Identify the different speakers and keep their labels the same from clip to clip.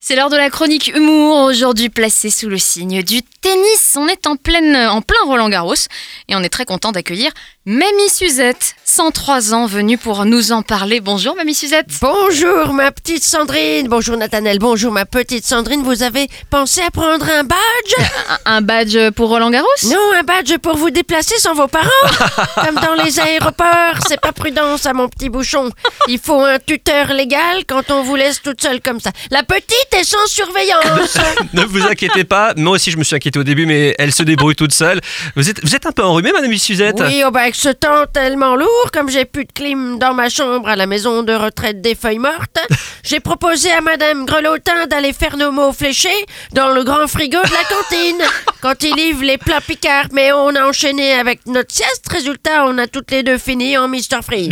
Speaker 1: C'est l'heure de la chronique humour, aujourd'hui placée sous le signe du tennis. On est en, pleine, en plein Roland Garros et on est très content d'accueillir Mamie Suzette, 103 ans, venue pour nous en parler. Bonjour Mamie Suzette.
Speaker 2: Bonjour ma petite Sandrine, bonjour Nathanelle, bonjour ma petite Sandrine, vous avez pensé à prendre un badge
Speaker 1: Un- Un badge pour Roland Garros
Speaker 2: Non, un badge pour vous déplacer sans vos parents Comme dans les aéroports, c'est pas prudent ça mon petit bouchon. Il faut un tuteur légal quand on vous laisse toute seule comme ça. La petite est sans surveillance
Speaker 3: Ne vous inquiétez pas, moi aussi je me suis inquiété au début, mais elle se débrouille toute seule. Vous êtes, vous êtes un peu enrhumée, madame Suzette
Speaker 2: Oui, oh bah avec ce temps tellement lourd, comme j'ai plus de clim dans ma chambre à la maison de retraite des feuilles mortes, j'ai proposé à Madame Grelotin d'aller faire nos mots fléchés dans le grand frigo de la cantine, quand ils livrent les plats picards. Mais on a enchaîné avec notre sieste, résultat, on a toutes les deux fini en Mr Freeze.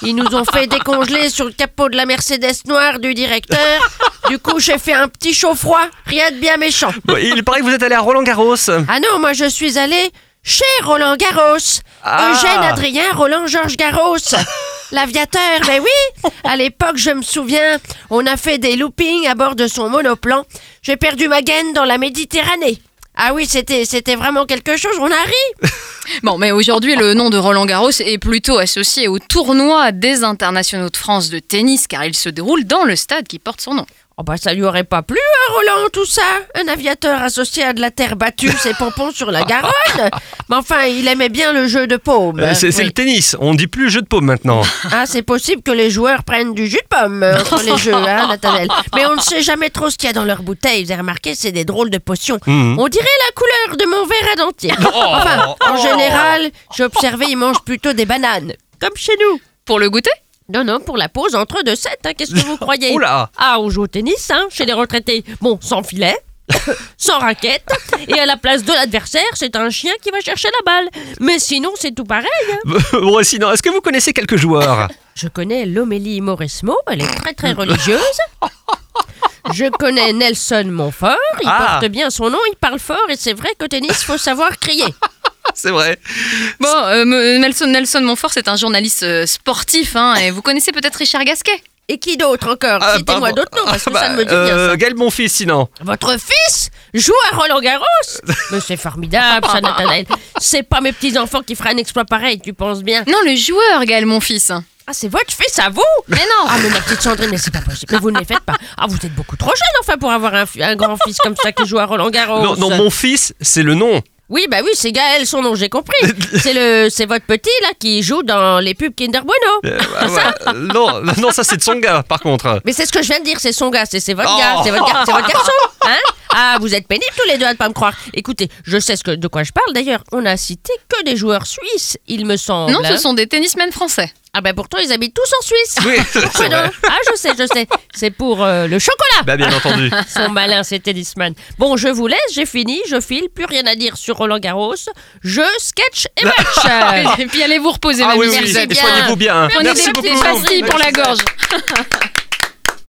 Speaker 2: Ils nous ont fait décongeler sur le capot de la Mercedes noire du directeur. Du coup, j'ai fait un petit chaud froid, rien de bien méchant.
Speaker 3: Bon, Il paraît que vous êtes allé à Roland Garros. Euh,
Speaker 2: Ah non, moi je suis allée chez Roland Garros.
Speaker 3: Ah.
Speaker 2: Eugène Adrien Roland Georges Garros. L'aviateur, mais oui À l'époque, je me souviens, on a fait des loopings à bord de son monoplan. J'ai perdu ma gaine dans la Méditerranée. Ah oui, c'était c'était vraiment quelque chose, on a ri
Speaker 1: Bon, mais aujourd'hui, le nom de Roland Garros est plutôt associé au tournoi des internationaux de France de tennis, car il se déroule dans le stade qui porte son nom.
Speaker 2: Oh bah ça lui aurait pas plu, hein, Roland, tout ça Un aviateur associé à de la terre battue, ses pompons sur la Garonne Mais enfin, il aimait bien le jeu de paume.
Speaker 3: Euh, c'est c'est
Speaker 2: Oui.
Speaker 3: le tennis, on dit plus jeu de paume maintenant.
Speaker 2: Ah, c'est possible que les joueurs prennent du jus de pomme euh, entre les jeux, hein, Nathaniel. Mais on ne sait jamais trop ce qu'il y a dans leur bouteille. Vous avez remarqué, c'est des drôles de potions.
Speaker 3: Mhm.
Speaker 2: On dirait la couleur de mon verre à dentier. Enfin, en
Speaker 3: Oh.
Speaker 2: général, j'ai observé, ils mangent plutôt des bananes. Comme chez nous.
Speaker 1: Pour le goûter
Speaker 2: Non, non, pour la pause entre deux sets, hein, qu'est-ce que vous croyez
Speaker 3: Oula
Speaker 2: Ah, on joue au tennis, hein, chez les retraités. Bon, sans filet. sans raquette, et à la place de l'adversaire, c'est un chien qui va chercher la balle. Mais sinon, c'est tout pareil.
Speaker 3: Bon, sinon, est-ce que vous connaissez quelques joueurs
Speaker 2: Je connais l'Omélie Mauresmo, elle est très très religieuse. Je connais Nelson Montfort, il
Speaker 3: Ah.
Speaker 2: porte bien son nom, il parle fort et c'est vrai qu'au tennis, faut savoir crier.
Speaker 3: C'est vrai.
Speaker 1: Bon, euh, me- Nelson, Nelson Montfort, c'est un journaliste euh, sportif, hein, et vous connaissez peut-être Richard Gasquet
Speaker 2: Et qui d'autre encore
Speaker 3: Ah,
Speaker 2: Citez-moi
Speaker 3: pardon.
Speaker 2: d'autres noms, parce que
Speaker 3: Ah, bah,
Speaker 2: ça ne me dit rien.
Speaker 3: euh,
Speaker 2: ça.
Speaker 3: Gaël Monfils, sinon.
Speaker 2: Votre fils joue à Roland Garros Mais c'est formidable ça, Nathanaël. C'est pas mes petits-enfants qui feraient un exploit pareil, tu penses bien.
Speaker 1: Non, le joueur, Gaël Monfils.
Speaker 2: Ah, c'est votre fils à vous
Speaker 1: Mais non
Speaker 2: Ah, mais ma petite Sandrine, mais c'est pas possible. Mais vous ne les faites pas. Ah, vous êtes beaucoup trop jeune, enfin, pour avoir un, fi- un grand-fils comme ça qui joue à Roland Garros.
Speaker 3: Non, non, mon fils, c'est le nom.
Speaker 2: Oui, bah oui, c'est Gaël, son nom, j'ai compris. C'est le, c'est votre petit là qui joue dans les pubs Kinder Bueno.
Speaker 3: Euh, ah, ouais. non, non, ça c'est de son gars, par contre.
Speaker 2: Mais c'est ce que je viens de dire, c'est son gars, c'est, c'est votre
Speaker 3: Oh.
Speaker 2: gars, c'est votre, gar- c'est votre garçon, hein Ah, vous êtes pénibles tous les deux à ne pas me croire. Écoutez, je sais ce que, de quoi je parle. D'ailleurs, on a cité que des joueurs suisses, il me semble.
Speaker 1: Non,
Speaker 2: hein.
Speaker 1: ce sont des tennismen français.
Speaker 2: Ah bah pourtant, ils habitent tous en Suisse.
Speaker 3: Oui,
Speaker 2: Quoi
Speaker 3: c'est
Speaker 2: donc
Speaker 3: vrai.
Speaker 2: Ah, je sais, je sais. C'est pour euh, le chocolat.
Speaker 3: Bah, bien entendu.
Speaker 2: Son malin, ces tennisman. Bon, je vous laisse, j'ai fini, je file, plus rien à dire sur Roland Garros. Je sketch et match.
Speaker 1: Ah, Et puis allez vous reposer,
Speaker 3: Ah
Speaker 1: Mamie
Speaker 3: oui, oui,
Speaker 1: Suzette.
Speaker 3: soignez-vous bien. hein.
Speaker 1: Prenez
Speaker 3: Merci
Speaker 1: des,
Speaker 3: beaucoup.
Speaker 1: des pastilles pour la gorge.